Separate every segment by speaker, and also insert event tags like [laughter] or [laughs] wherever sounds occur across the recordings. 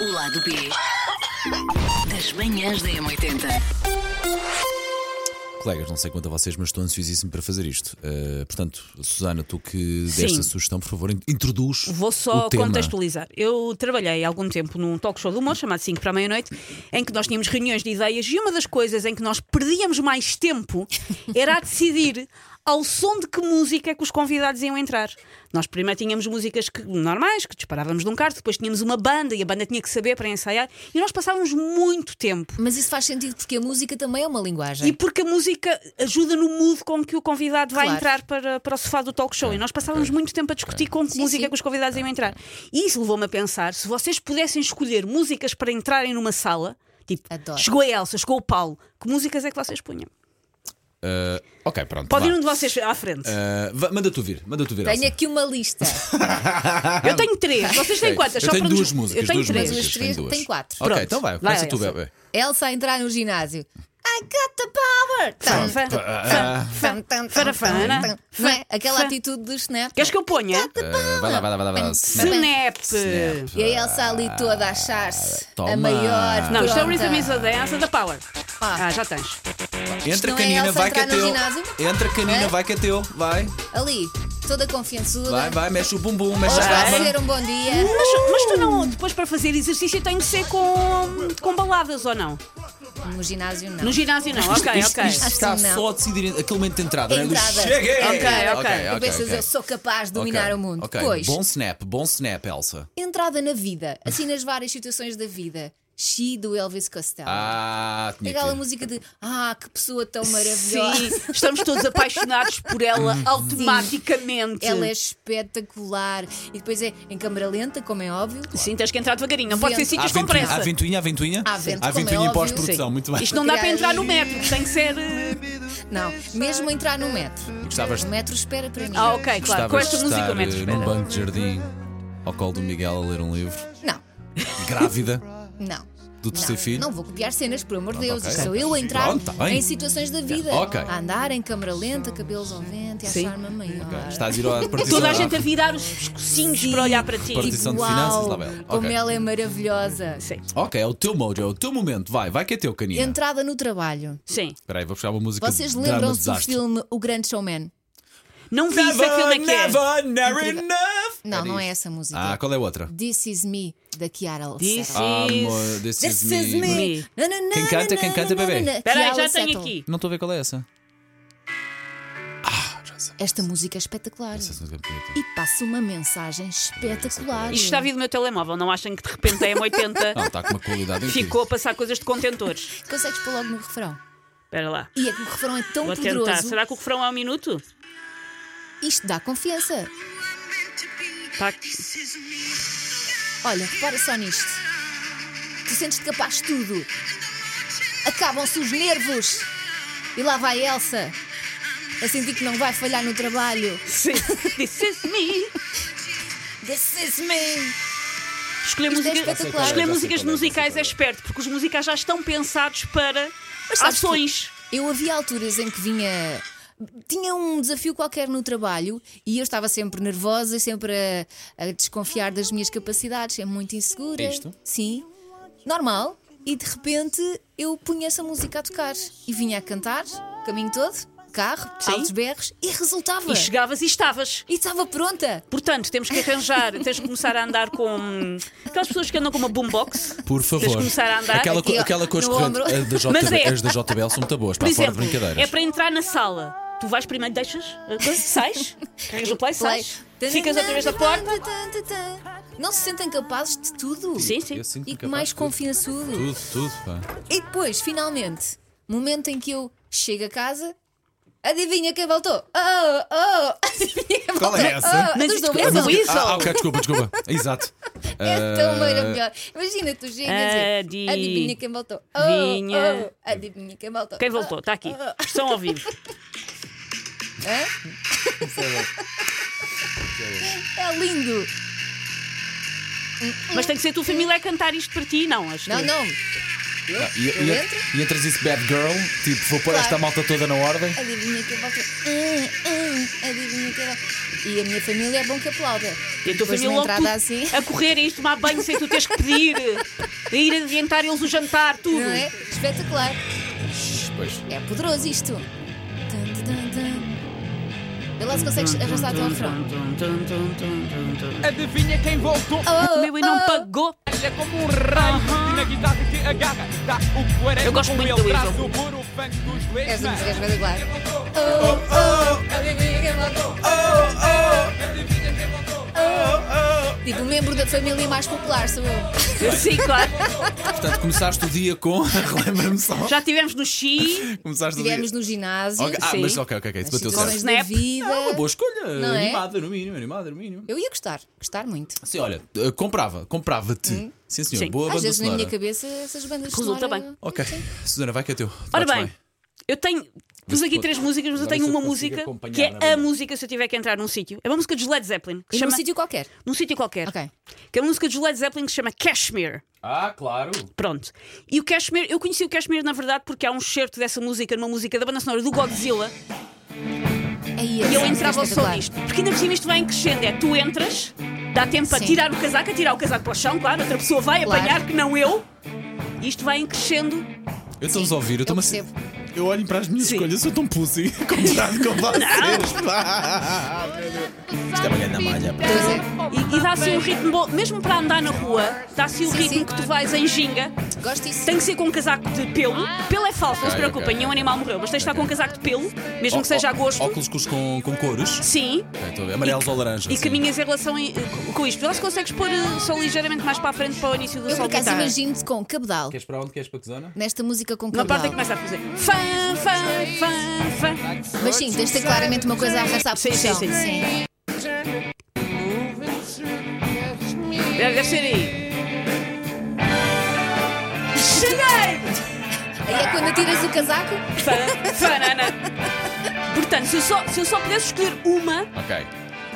Speaker 1: O lado B das manhãs da M80.
Speaker 2: Colegas, não sei quanto a vocês, mas estou ansiosíssimo para fazer isto. Uh, portanto, Susana, tu que deste
Speaker 3: Sim.
Speaker 2: a sugestão, por favor, in- introduz.
Speaker 3: Vou só
Speaker 2: o tema.
Speaker 3: contextualizar. Eu trabalhei há algum tempo num talk show de humor chamado 5 para a meia-noite, em que nós tínhamos reuniões de ideias e uma das coisas em que nós perdíamos mais
Speaker 2: [laughs]
Speaker 3: tempo era a decidir ao som de que música é que os convidados iam entrar. Nós primeiro tínhamos músicas que- normais, que disparávamos de um carro, depois tínhamos uma banda e a banda tinha que saber para ensaiar e nós passávamos muito tempo.
Speaker 4: Mas isso faz sentido porque a música também é uma linguagem.
Speaker 3: E porque a música ajuda no mood com que o convidado vai
Speaker 4: Claro.
Speaker 3: entrar para, para o sofá do talk
Speaker 2: É.
Speaker 3: show. E nós passávamos muito tempo a discutir com que
Speaker 4: Sim,
Speaker 3: música
Speaker 4: sim.
Speaker 3: que os convidados iam entrar. E isso levou-me a pensar: se vocês pudessem escolher músicas para entrarem numa sala, tipo,
Speaker 4: Adoro.
Speaker 3: chegou a Elsa, chegou o Paulo, que músicas é que vocês punham?
Speaker 2: Uh, ok, pronto.
Speaker 3: Pode
Speaker 2: vá.
Speaker 3: ir um de vocês à frente.
Speaker 2: Uh, vá- manda tu vir, manda tu vir.
Speaker 4: Tenho
Speaker 2: Elsa.
Speaker 4: aqui uma
Speaker 3: [laughs]
Speaker 4: lista.
Speaker 3: Eu tenho três, vocês têm
Speaker 2: Ok,
Speaker 3: quantas?
Speaker 2: Ah, Eu tenho
Speaker 3: é para nos-
Speaker 2: duas músicas.
Speaker 3: Eu tenho
Speaker 2: duas
Speaker 3: três.
Speaker 2: músicas,
Speaker 4: Três,
Speaker 2: tenho duas.
Speaker 4: tenho quatro.
Speaker 2: Ok,
Speaker 3: Pronto.
Speaker 2: então vai,
Speaker 3: Vai,
Speaker 2: começa tu,
Speaker 3: Elsa.
Speaker 2: bebê.
Speaker 4: Elsa a entrar no ginásio. I got the power! Tá. Tan,
Speaker 2: Ah,
Speaker 3: Fã, fã,
Speaker 4: tan, tan,
Speaker 3: fara,
Speaker 4: tan,
Speaker 3: fana,
Speaker 4: tan, tan. Não é? Aquela
Speaker 3: fã.
Speaker 4: atitude do snap.
Speaker 3: Queres que eu ponha?
Speaker 2: Uh, vai lá, vai lá, vai lá. Vai lá.
Speaker 4: Snap.
Speaker 3: Snap!
Speaker 4: E a Elsa ali toda a achar-se
Speaker 2: Toma.
Speaker 4: a maior.
Speaker 3: Ah, Não, isto é o
Speaker 4: pronta.
Speaker 3: Rhythm is a Dance da Power.
Speaker 4: Ah.
Speaker 3: Ah, já tens.
Speaker 2: Entra,
Speaker 4: não é
Speaker 2: canina,
Speaker 4: Elsa
Speaker 2: vai que é
Speaker 4: entrar no
Speaker 2: teu.
Speaker 4: ginásio?
Speaker 2: Entra, canina,
Speaker 4: É?
Speaker 2: vai que é teu. Vai,
Speaker 4: Ah, Ali, toda confiançuda.
Speaker 2: vai, vai, mexe o bumbum, mexe
Speaker 4: Hoje
Speaker 2: a
Speaker 4: vai
Speaker 2: cama.
Speaker 4: ser um bom dia.
Speaker 3: Mas, mas tu não, depois para fazer exercício tem que ser com, com baladas ou não?
Speaker 4: No ginásio, não.
Speaker 3: Uh! No ginásio não, ok,
Speaker 2: Isto,
Speaker 3: ok.
Speaker 2: isto
Speaker 4: Acho
Speaker 2: está
Speaker 4: que não.
Speaker 2: só a decidir aquele momento de entrada, não é? Do
Speaker 4: Entrada.
Speaker 2: Cheguei!
Speaker 3: Ok, ok.
Speaker 4: Tu pensas, eu sou capaz de dominar
Speaker 2: É, Ok,
Speaker 4: o mundo.
Speaker 2: ok.
Speaker 4: Pois,
Speaker 2: Bom snap, bom snap, Elsa.
Speaker 4: entrada na vida, assim nas várias situações da vida. She do Elvis Costello.
Speaker 2: Ah, tinha
Speaker 4: Aquela
Speaker 2: que-
Speaker 4: música de Ah, que pessoa tão
Speaker 3: Sim,
Speaker 4: maravilhosa.
Speaker 3: estamos todos apaixonados por ela
Speaker 2: Hum.
Speaker 3: automaticamente.
Speaker 4: Ela é espetacular. E depois é em câmara lenta, como é óbvio.
Speaker 3: Sim, tens que entrar devagarinho, não pode ser
Speaker 4: Vento.
Speaker 3: sítios com
Speaker 2: ventoinha,
Speaker 3: pressa.
Speaker 2: Há ventoinha, há ventoinha?
Speaker 4: Há vento,
Speaker 2: Há
Speaker 4: como é
Speaker 2: ventoinha em
Speaker 4: óbvio.
Speaker 2: pós-produção,
Speaker 3: Sim.
Speaker 2: muito bem.
Speaker 3: Isto não dá para
Speaker 4: Criar-
Speaker 3: entrar no metro, tem que ser. eh,
Speaker 4: Não, mesmo entrar no metro.
Speaker 2: Gostavas,
Speaker 4: O metro espera para mim.
Speaker 3: Ah, ok, claro.
Speaker 2: gostavas
Speaker 3: Com esta
Speaker 2: de
Speaker 3: música,
Speaker 2: estar
Speaker 3: o metro.
Speaker 2: eh,
Speaker 3: espera.
Speaker 2: num banco de jardim, ao colo do Miguel a ler um livro,
Speaker 4: Não,
Speaker 2: grávida,
Speaker 4: não.
Speaker 2: do
Speaker 4: Não,
Speaker 2: terceiro filho. Ah,
Speaker 4: não vou copiar cenas, por amor de Deus.
Speaker 2: ok.
Speaker 4: Isto Sou eu a entrar
Speaker 2: Pronto, tá bem.
Speaker 4: em situações da vida.
Speaker 2: Ok.
Speaker 4: A andar em câmara lenta, cabelos ao vento e
Speaker 3: Sim.
Speaker 4: achar-me a maior.
Speaker 2: Ok, Estás a ir
Speaker 4: [laughs]
Speaker 2: à partição,
Speaker 3: Toda a
Speaker 2: da-
Speaker 3: gente a virar os pescocinhos para olhar para ti.
Speaker 2: Partido. Posição de finanças, lá vai ela.
Speaker 4: Como
Speaker 2: Ok.
Speaker 4: ela é maravilhosa.
Speaker 3: Sim,
Speaker 2: Ok, é o teu mojo, é o teu momento. Vai, vai que é teu, canina.
Speaker 4: Entrada no trabalho.
Speaker 3: sim.
Speaker 2: Espera aí, vou buscar uma música
Speaker 4: Então, Vocês
Speaker 2: de drama
Speaker 4: lembram-se do
Speaker 2: desastre.
Speaker 4: filme O Grande Showman?
Speaker 3: Não vi isso, é filme é que é.
Speaker 2: never, never enough.
Speaker 4: Não,
Speaker 2: Era
Speaker 4: não é
Speaker 2: isto.
Speaker 4: essa música.
Speaker 2: Ah, qual é a outra?
Speaker 4: This Is Me, da Kiara
Speaker 3: This
Speaker 4: Settle.
Speaker 2: Ah,
Speaker 3: is-
Speaker 2: amor, this,
Speaker 4: This is me.
Speaker 3: Me.
Speaker 4: Na, na, na,
Speaker 2: Quem canta,
Speaker 4: na,
Speaker 2: quem canta,
Speaker 4: na, na,
Speaker 2: bebê?
Speaker 4: na, na.
Speaker 3: Espera aí, já
Speaker 4: Kiara
Speaker 3: tenho
Speaker 4: Settle.
Speaker 3: aqui.
Speaker 2: Não estou a ver qual é essa. Ah, já sei.
Speaker 4: Esta música é espetacular.
Speaker 2: Essa música é bonita.
Speaker 4: E passa uma mensagem espetacular.
Speaker 3: Isto está a vir do meu telemóvel, não achem que de repente a
Speaker 2: [laughs] Não,
Speaker 3: M80
Speaker 2: está com uma qualidade incrível.
Speaker 3: ficou a passar coisas de contentores.
Speaker 4: Consegues pôr logo no refrão.
Speaker 3: Espera lá.
Speaker 4: E é que o refrão é tão
Speaker 3: Vou tentar.
Speaker 4: poderoso.
Speaker 3: Será que o refrão é um minuto?
Speaker 4: Isto dá confiança.
Speaker 3: Tá.
Speaker 4: [laughs] Olha, repara só nisto. Tu sentes-te capaz de tudo. Acabam-se os nervos. E lá vai Elsa. A sentir que não vai falhar no trabalho.
Speaker 3: Sim. This is me.
Speaker 4: This is me.
Speaker 3: Escolher,
Speaker 4: Isto é
Speaker 3: música- escolher
Speaker 4: espetacular.
Speaker 2: Já sei qual é,
Speaker 3: músicas
Speaker 2: já sei qual é,
Speaker 3: musicais
Speaker 2: já
Speaker 3: é
Speaker 2: sei
Speaker 3: esperto, porque os musicais já estão pensados para
Speaker 4: Mas sabes
Speaker 3: ações.
Speaker 4: Eu havia alturas em que vinha. Tinha um desafio qualquer no trabalho e eu estava sempre nervosa e sempre a, a desconfiar das minhas capacidades, é muito insegura.
Speaker 2: Isto?
Speaker 4: Sim, normal. E de repente eu punha essa música a tocar e vinha a cantar, o caminho todo, carro,
Speaker 3: Sim.
Speaker 4: altos berros e resultava.
Speaker 3: E chegavas e estavas.
Speaker 4: E estava pronta.
Speaker 3: Portanto, temos que arranjar, tens de começar a andar com aquelas pessoas que andam com uma boombox.
Speaker 2: Por favor.
Speaker 3: Tens de começar a andar
Speaker 2: Aquela,
Speaker 4: aqui,
Speaker 2: co-
Speaker 4: ó,
Speaker 2: aquela cor
Speaker 4: no
Speaker 2: escorrente.
Speaker 4: ombro.
Speaker 2: a da JB
Speaker 3: Mas é.
Speaker 2: As da JBL são muito boas,
Speaker 3: Por
Speaker 2: para fora de
Speaker 3: exemplo,
Speaker 2: brincadeiras.
Speaker 3: é para entrar na sala. Tu vais primeiro, deixas, a coisa, sais, carregas o play, sais, ficas outra vez na porta.
Speaker 4: Não se sentem capazes de tudo.
Speaker 3: Sim, sim.
Speaker 2: Eu sinto-me
Speaker 4: E que
Speaker 2: capaz
Speaker 4: mais
Speaker 2: de tudo.
Speaker 4: confiançudo.
Speaker 2: Tudo, tudo. pá.
Speaker 4: E depois, finalmente, momento em que eu chego a casa, adivinha quem voltou? Oh, oh! Adivinha quem
Speaker 2: Qual
Speaker 4: voltou?
Speaker 2: é essa?
Speaker 4: Oh,
Speaker 3: Mas
Speaker 4: dos
Speaker 3: isto
Speaker 4: Doors.
Speaker 3: é uma
Speaker 4: é
Speaker 3: Weasel.
Speaker 2: Ah, ah, ok, desculpa, desculpa. Exato.
Speaker 4: tão
Speaker 2: Ah,
Speaker 4: maravilhosa. Imagina, tu chegas e
Speaker 3: Adi-
Speaker 4: adivinha quem voltou? Oh,
Speaker 3: vinha.
Speaker 4: oh, adivinha quem voltou? Oh,
Speaker 3: Quem voltou? Está aqui. Estão ao vivo.
Speaker 4: Hã? [laughs] É lindo!
Speaker 3: Mas tem que ser a tua família a cantar isto para ti, não? Acho
Speaker 4: Não,
Speaker 3: que-
Speaker 4: não. Eu,
Speaker 2: Ah, e,
Speaker 4: eu
Speaker 2: e-
Speaker 4: entro,
Speaker 2: e entras isso bad girl, tipo, vou pôr
Speaker 4: Claro.
Speaker 2: esta malta toda na ordem.
Speaker 4: adivinha que eu volto. Hum, hum, adivinha que eu volto. E a minha família é bom que aplauda.
Speaker 3: E a tua
Speaker 4: Depois de
Speaker 3: família
Speaker 4: uma
Speaker 3: logo
Speaker 4: entrada
Speaker 3: tudo
Speaker 4: assim.
Speaker 3: a correr a ir tomar banho sem tu teres que pedir, a ir adiantar eles o jantar, tudo.
Speaker 4: Não é? Espetacular.
Speaker 2: Pois.
Speaker 4: É poderoso isto. Tum, tum, tum, tum. Vê lá se consegues arrastar a tua frente.
Speaker 5: Adivinha quem voltou?
Speaker 4: Oh,
Speaker 3: Meu e não
Speaker 4: oh.
Speaker 3: pagou.
Speaker 5: É como um raio e na guitarra que agarra dá o coerente
Speaker 3: Eu gosto
Speaker 5: com
Speaker 3: muito
Speaker 5: ele,
Speaker 3: do
Speaker 5: traz
Speaker 3: Weasel.
Speaker 5: o puro funk dos dois,
Speaker 4: Essa
Speaker 5: man.
Speaker 4: música é espetacular. Oh, oh, adivinha quem voltou. Oh, oh, Tipo, o membro da família mais popular sou eu.
Speaker 3: Sim, claro.
Speaker 2: Portanto, começaste o dia com. [laughs] Relembra-me só.
Speaker 3: Já estivemos no Xi.
Speaker 2: Começaste o dia.
Speaker 4: Estivemos no ginásio.
Speaker 2: Ok, Ah,
Speaker 3: sim.
Speaker 2: mas ok, ok, ok. Isso
Speaker 4: nas
Speaker 2: bateu
Speaker 4: situações
Speaker 2: certo.
Speaker 4: da
Speaker 3: Snap.
Speaker 4: vida.
Speaker 2: Uma boa escolha.
Speaker 4: Não é?
Speaker 2: animada, no mínimo, animada, no mínimo.
Speaker 4: Eu ia gostar, gostar muito.
Speaker 2: Sim, olha, eh, comprava, comprava-te. Sim, senhor.
Speaker 3: Hum. Sim.
Speaker 2: Boa
Speaker 4: Às
Speaker 2: banda
Speaker 4: vezes na
Speaker 2: sonora.
Speaker 4: minha cabeça essas bandas
Speaker 3: Resulta
Speaker 4: sonora-
Speaker 3: bem. assim.
Speaker 2: Ok, Susana, vai que é teu.
Speaker 3: Ora
Speaker 2: Bates
Speaker 3: bem, eu tenho. Pus aqui
Speaker 2: pode-
Speaker 3: três músicas, mas eu
Speaker 2: Agora
Speaker 3: tenho
Speaker 2: se eu
Speaker 3: uma
Speaker 2: consigo
Speaker 3: música
Speaker 2: acompanhar
Speaker 3: que
Speaker 2: na
Speaker 3: é a
Speaker 2: verdade.
Speaker 3: música se eu tiver que entrar num sítio. É uma música dos Led Zeppelin. Que
Speaker 4: E
Speaker 3: chama,
Speaker 4: num sítio qualquer.
Speaker 3: Num sítio qualquer.
Speaker 4: Ok.
Speaker 3: Que é uma música dos Led Zeppelin que se chama Cashmere.
Speaker 2: Ah, claro.
Speaker 3: Pronto. E o Cashmere, eu conheci o Cashmere na verdade porque há um certo dessa música numa música da banda sonora do Godzilla
Speaker 4: Aí,
Speaker 3: e eu entrava ao
Speaker 4: essa música é
Speaker 3: som
Speaker 4: espetacular.
Speaker 3: disto. Porque ainda por cima isto vai em crescendo. É tu entras, dá tempo para
Speaker 4: Sim.
Speaker 3: tirar o casaco, a tirar o casaco para o chão, claro, outra pessoa vai
Speaker 4: Claro.
Speaker 3: apanhar que não eu. E isto vai em crescendo.
Speaker 2: Eu estou-vos a ouvir, eu
Speaker 4: Eu
Speaker 2: estou-me a se-
Speaker 4: percebo.
Speaker 2: Eu olho para as minhas
Speaker 3: Sim.
Speaker 2: escolhas, eu sou tão
Speaker 3: [laughs]
Speaker 2: pussy comparado com vocês. pá. Isto é uma grande malha. pá.
Speaker 4: Pois é.
Speaker 3: E, e dá-se um ritmo bom, mesmo para andar na rua, dá-se um
Speaker 4: Sim,
Speaker 3: ritmo
Speaker 4: sim.
Speaker 3: que tu vais em ginga.
Speaker 4: Gosto disso.
Speaker 3: Tem que ser com um casaco de pelo. Pelo é falso, não se
Speaker 2: Ok,
Speaker 3: preocupem,
Speaker 2: Ah, ok,
Speaker 3: nenhum
Speaker 2: ok.
Speaker 3: animal morreu, mas tens de estar com um casaco de pelo, mesmo
Speaker 2: Ó-
Speaker 3: que seja
Speaker 2: ó-
Speaker 3: a gosto.
Speaker 2: Óculos escuros com, com cores.
Speaker 3: Sim.
Speaker 2: Ok, estou a ver. Amarelos
Speaker 3: E-
Speaker 2: ou laranja.
Speaker 3: E
Speaker 2: sim.
Speaker 3: caminhas em relação a- eh, com isto. Vê lá se consegues pôr eh, só ligeiramente mais para a frente para o início do
Speaker 4: Eu por
Speaker 3: sol.
Speaker 4: acaso
Speaker 3: voltar.
Speaker 4: imagino-te com cabedal.
Speaker 2: Queres para onde? Queres para que zona?
Speaker 4: Nesta música com
Speaker 3: Uma parte é que começa
Speaker 4: cabedal.
Speaker 3: a fazer. Fã, fã, fã, fã.
Speaker 4: Mas sim, tens de ter claramente uma coisa a arrastar
Speaker 3: Sim,
Speaker 4: por
Speaker 3: sim,
Speaker 4: chão.
Speaker 3: sim. Deve deve ser aí. Cheguei!
Speaker 4: Aí é quando tiras o casaco.
Speaker 3: Fã, fã, nana. Portanto, se eu, só, se eu só pudesse escolher uma,
Speaker 2: Ok.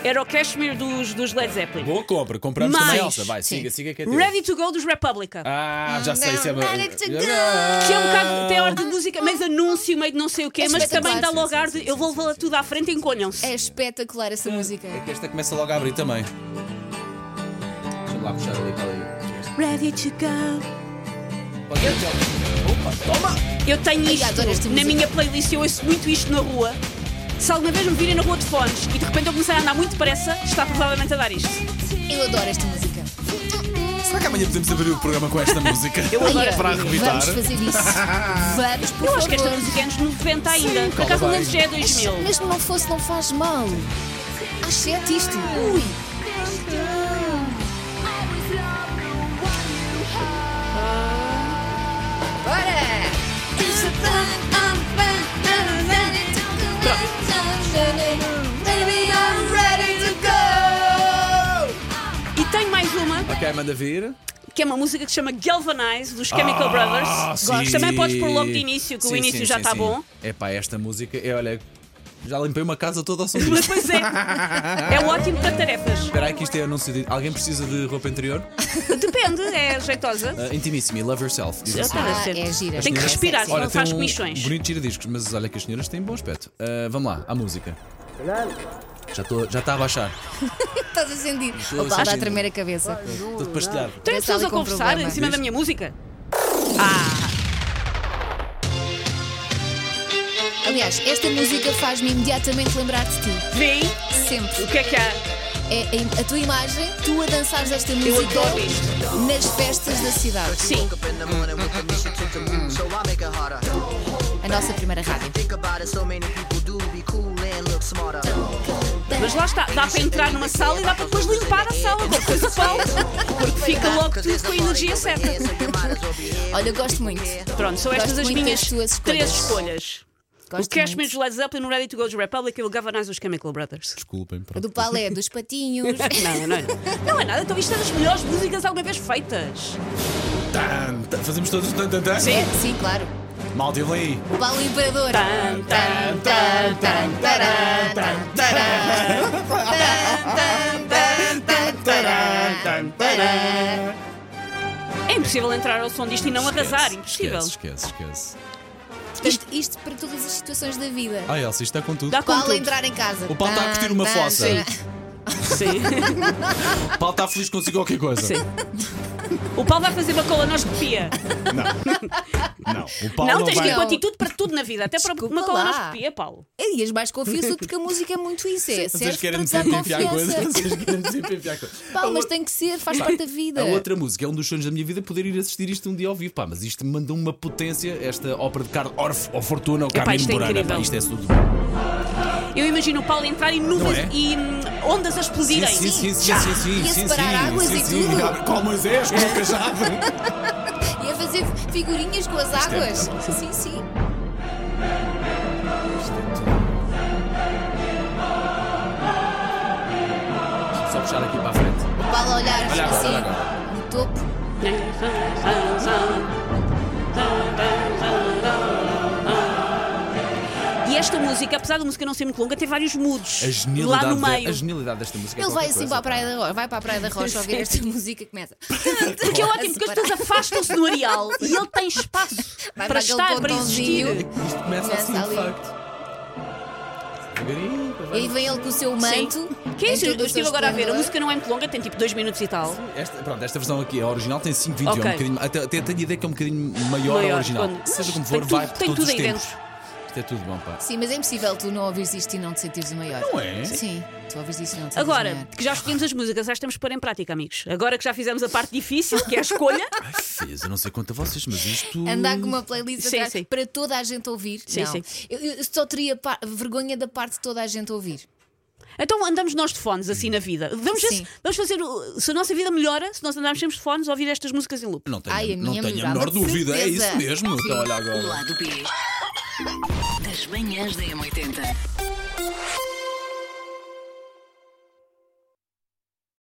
Speaker 3: era o Cashmere dos, dos Led Zeppelin.
Speaker 2: Boa compra. Compramos
Speaker 3: Mais.
Speaker 2: também Elsa. Vai,
Speaker 4: Sim.
Speaker 2: siga, siga que é teu.
Speaker 3: Ready to Go dos Republica.
Speaker 2: Ah, já sei se é uma...
Speaker 4: Ready to go.
Speaker 3: Que é um bocado, tem ordem de música, mas anúncio, meio de não sei o quê,
Speaker 4: É
Speaker 3: mas também dá
Speaker 4: espetacular.
Speaker 3: logo ar de eu vou levá-la tudo à frente e encolham-se.
Speaker 4: É espetacular essa música.
Speaker 2: É que esta começa logo a abrir também. Deixa-me lá puxar ali para ali.
Speaker 3: Ready to go.
Speaker 2: Pode ser, Telmo? Opa, toma!
Speaker 3: Eu tenho
Speaker 4: Ai,
Speaker 3: isto
Speaker 4: adoro esta
Speaker 3: na
Speaker 4: música.
Speaker 3: minha playlist, eu ouço muito isto na rua. Se alguma vez me virem na rua de fones e de repente eu começar a andar muito depressa, está provavelmente a dar isto.
Speaker 4: Eu adoro esta música.
Speaker 2: Será que amanhã podemos abrir o programa com esta música? [laughs]
Speaker 3: Eu adoro
Speaker 4: Olha,
Speaker 3: esta
Speaker 2: Para
Speaker 3: música.
Speaker 2: arrebitar.
Speaker 4: Vamos fazer isso.
Speaker 3: [laughs]
Speaker 4: Vamos, por
Speaker 3: Eu
Speaker 4: favor.
Speaker 3: acho que esta música é anos 90 ainda. Por acaso
Speaker 2: cola
Speaker 3: não já é 2000.
Speaker 4: Mas se não fosse, não faz mal. Às sete isto. Ui. Bora!
Speaker 3: E tenho mais uma,
Speaker 2: Ok, manda vir.
Speaker 3: que é uma música que se chama Galvanize dos Chemical
Speaker 2: Ah,
Speaker 3: Brothers.
Speaker 2: sim.
Speaker 3: Também podes pôr logo de início, que o
Speaker 2: Sim,
Speaker 3: início
Speaker 2: sim,
Speaker 3: já
Speaker 2: sim,
Speaker 3: está
Speaker 2: sim.
Speaker 3: bom.
Speaker 2: É pá, esta música, é, olha, já limpei uma casa toda ao som
Speaker 3: Mas [laughs]
Speaker 2: disto.
Speaker 3: pois
Speaker 2: [laughs]
Speaker 3: é, é ótimo para tarefas.
Speaker 2: Espera aí que isto é anúncio de... Alguém precisa de roupa interior?
Speaker 3: Depende, é jeitosa.
Speaker 2: Ah, intimíssima, e love yourself. Diz assim.
Speaker 3: tá.
Speaker 4: Ah, é gira.
Speaker 3: Tem que
Speaker 4: Sim,
Speaker 3: respirar,
Speaker 4: sim,
Speaker 3: senão
Speaker 4: sim.
Speaker 3: faz
Speaker 2: um
Speaker 3: comichões.
Speaker 2: bonito giradiscos, mas olha que as senhoras têm bom aspecto. Ah, vamos lá, à música. Já estou já está a baixar.
Speaker 4: Estás a sentir.
Speaker 2: Estou a
Speaker 4: Opa, está a
Speaker 2: sentir.
Speaker 4: tremer a cabeça.
Speaker 2: Estou pastelhado.
Speaker 3: Tem
Speaker 4: Parece
Speaker 3: pessoas
Speaker 4: ali
Speaker 3: a
Speaker 4: com
Speaker 3: conversar em
Speaker 4: problema.
Speaker 3: cima da minha música? Ah,
Speaker 4: Aliás, esta música faz-me imediatamente lembrar de ti.
Speaker 3: vem,
Speaker 4: Sempre.
Speaker 3: o que é que há?
Speaker 4: É a- a tua imagem, tu a dançares esta música
Speaker 3: adoro isto.
Speaker 4: nas festas da cidade.
Speaker 3: Sim,
Speaker 6: Up in the morning with the mission to the moon, so I make it harder.
Speaker 4: A nossa primeira rádio.
Speaker 6: Think about it, so many people do be cool and look smarter.
Speaker 3: mas lá está, dá para entrar numa sala e dá para depois limpar a sala com coisa falta, porque [laughs] fica logo tudo com a energia certa. [laughs]
Speaker 4: Olha, eu gosto muito.
Speaker 3: Pronto, são
Speaker 4: Gosto
Speaker 3: estas as
Speaker 4: muito das
Speaker 3: minhas
Speaker 4: tuas escolhas.
Speaker 3: três escolhas.
Speaker 4: Gosto
Speaker 3: o Cashmere
Speaker 4: muito.
Speaker 3: dos Led Zeppelin, o Ready to Go dos Republic e o Galvanize dos Chemical Brothers.
Speaker 2: Desculpem,
Speaker 4: A
Speaker 2: pronto.
Speaker 4: do palé, dos
Speaker 3: [laughs]
Speaker 4: patinhos.
Speaker 3: Não, não é nada. Não é nada, então isto é das melhores músicas alguma vez feitas.
Speaker 2: Tan, tan, Fazemos todos o tan, tan, tan.
Speaker 4: É, sim, claro.
Speaker 2: Malta e Lee.
Speaker 4: O Paulo Imperador.
Speaker 3: Tan, tan, tan, tan,
Speaker 4: Tará, tan, tará. Tan, tan, tan, tan, tará, tan, tará.
Speaker 3: É impossível entrar ao som disto e não
Speaker 2: Esquece,
Speaker 3: arrasar, impossível.
Speaker 2: Esquece, esquece, esquece.
Speaker 4: Isto, isto para todas as situações da vida.
Speaker 2: Ah, Elsa, isto está com tudo.
Speaker 3: Dá com
Speaker 4: Paulo
Speaker 3: tudo. tá
Speaker 4: a entrar em casa.
Speaker 2: O Paulo está a
Speaker 4: Tan,
Speaker 2: curtir uma
Speaker 4: tan,
Speaker 2: fossa.
Speaker 4: tan.
Speaker 3: Sim.
Speaker 2: O Paulo está feliz consigo qualquer coisa.
Speaker 3: Sim. O Paulo vai fazer bacolanoscopia.
Speaker 2: Não, o Paulo
Speaker 3: não,
Speaker 2: não
Speaker 3: tens que ir
Speaker 2: vai.
Speaker 3: com atitude para tudo na vida, até para
Speaker 4: Desculpa
Speaker 3: uma colonoscopia, Paulo.
Speaker 4: É dias mais confiança porque a música é muito isso. É,
Speaker 2: Vocês
Speaker 4: serve
Speaker 2: querem
Speaker 4: para te
Speaker 2: sempre
Speaker 4: dar
Speaker 2: enfiar coisas.
Speaker 4: confiança.
Speaker 2: [laughs] Vocês querem sempre enfiar coisas.
Speaker 4: Pá, mas tem que ser, faz parte da vida.
Speaker 2: A outra música é um dos sonhos da minha vida poder ir assistir isto um dia ao vivo. Pá, mas isto me mandou uma potência, esta ópera de Carlos Orff ou Fortuna ou Carmen
Speaker 3: isto é
Speaker 2: Burana.
Speaker 3: incrível.
Speaker 2: Pá, isto é tudo.
Speaker 3: Eu imagino o Paulo entrar e nuvens
Speaker 2: Não é?
Speaker 3: e hum, ondas a explodirem.
Speaker 2: sim, sim, sim, sim, sim, sim,
Speaker 4: E a
Speaker 2: sim,
Speaker 4: separar
Speaker 2: sim,
Speaker 4: águas
Speaker 2: sim,
Speaker 4: e
Speaker 2: sim.
Speaker 4: tudo.
Speaker 2: Ah, Com Moisés, com o cajado.
Speaker 4: E a fazer figurinhas com
Speaker 2: é
Speaker 4: as águas. Sim, sim.
Speaker 2: Só puxar aqui para a frente.
Speaker 4: O Paulo a olhar
Speaker 2: Olha agora,
Speaker 4: assim,
Speaker 2: olha agora.
Speaker 4: no topo.
Speaker 3: E esta música, apesar da música não ser muito longa, tem vários moods
Speaker 2: A
Speaker 3: lá
Speaker 2: genialidade,
Speaker 3: no meio.
Speaker 2: da- a genialidade desta música. é
Speaker 4: Ele vai
Speaker 2: qualquer
Speaker 4: assim
Speaker 2: coisa.
Speaker 4: para a Praia da Rocha, vai para a Praia
Speaker 2: [laughs]
Speaker 4: da Rocha ouvir esta música e começa.
Speaker 3: Que é ótimo, porque as pessoas afastam-se do
Speaker 4: [laughs]
Speaker 3: areal e ele tem espaço
Speaker 4: Vai um para
Speaker 3: para
Speaker 4: aquele
Speaker 3: estar, para
Speaker 4: pontãozinho.
Speaker 3: existir.
Speaker 2: Isto começa
Speaker 4: Começa
Speaker 2: assim, de
Speaker 4: ali.
Speaker 2: facto. Devagarinho, depois
Speaker 4: E
Speaker 2: vai.
Speaker 4: aí vem ele com o seu manto.
Speaker 3: Que é isso?
Speaker 4: em
Speaker 3: Eu
Speaker 4: todo o
Speaker 3: estive
Speaker 4: seu
Speaker 3: agora a ver, a
Speaker 4: esplendor.
Speaker 3: música não é muito longa, tem tipo 2 minutos e tal.
Speaker 2: Esta, pronto, esta versão aqui, a original, tem 5,21.
Speaker 3: Ok.
Speaker 2: Um bocadinho- até, até tenho a ideia que é um bocadinho maior, a
Speaker 3: Maior,
Speaker 2: original.
Speaker 3: quando-
Speaker 2: Seja
Speaker 3: Mas
Speaker 2: como for,
Speaker 3: tem
Speaker 2: vai
Speaker 3: tudo-
Speaker 2: por
Speaker 3: tem
Speaker 2: todos
Speaker 3: tudo
Speaker 2: os
Speaker 3: aí
Speaker 2: tempos. Isto é tudo bom, pá.
Speaker 4: Sim, mas é impossível tu não ouvires isto e não te sentires o maior.
Speaker 2: Não é?
Speaker 4: Sim, tu ouvires isto e não te sentires o
Speaker 3: Agora
Speaker 4: maior.
Speaker 3: que já escolhemos as músicas, já temos que pôr em prática, amigos. Agora que já fizemos a parte difícil, que é
Speaker 2: [laughs]
Speaker 3: a escolha,
Speaker 2: Ai, fez, eu não sei quanto a vocês, mas isto.
Speaker 4: Andar com uma playlist
Speaker 3: Sim,
Speaker 4: atrás
Speaker 3: sim.
Speaker 4: para toda a gente ouvir.
Speaker 3: Sim,
Speaker 4: não.
Speaker 3: sim.
Speaker 4: Eu, eu só teria pa- vergonha da parte de toda a gente ouvir.
Speaker 3: então andamos nós de fones assim na vida. Vamos, ver se-
Speaker 4: Sim.
Speaker 3: vamos fazer. o- Se a nossa vida melhora, se nós andarmos sempre de fones, ouvir estas músicas em loop.
Speaker 2: Não tenho,
Speaker 4: Ai, a
Speaker 2: não
Speaker 4: minha
Speaker 2: tenho a
Speaker 4: melhorava,
Speaker 2: menor
Speaker 4: de
Speaker 2: dúvida, é
Speaker 4: certeza.
Speaker 2: isso mesmo. Então, olha
Speaker 1: O
Speaker 2: agora.
Speaker 1: lado B das manhãs da M80.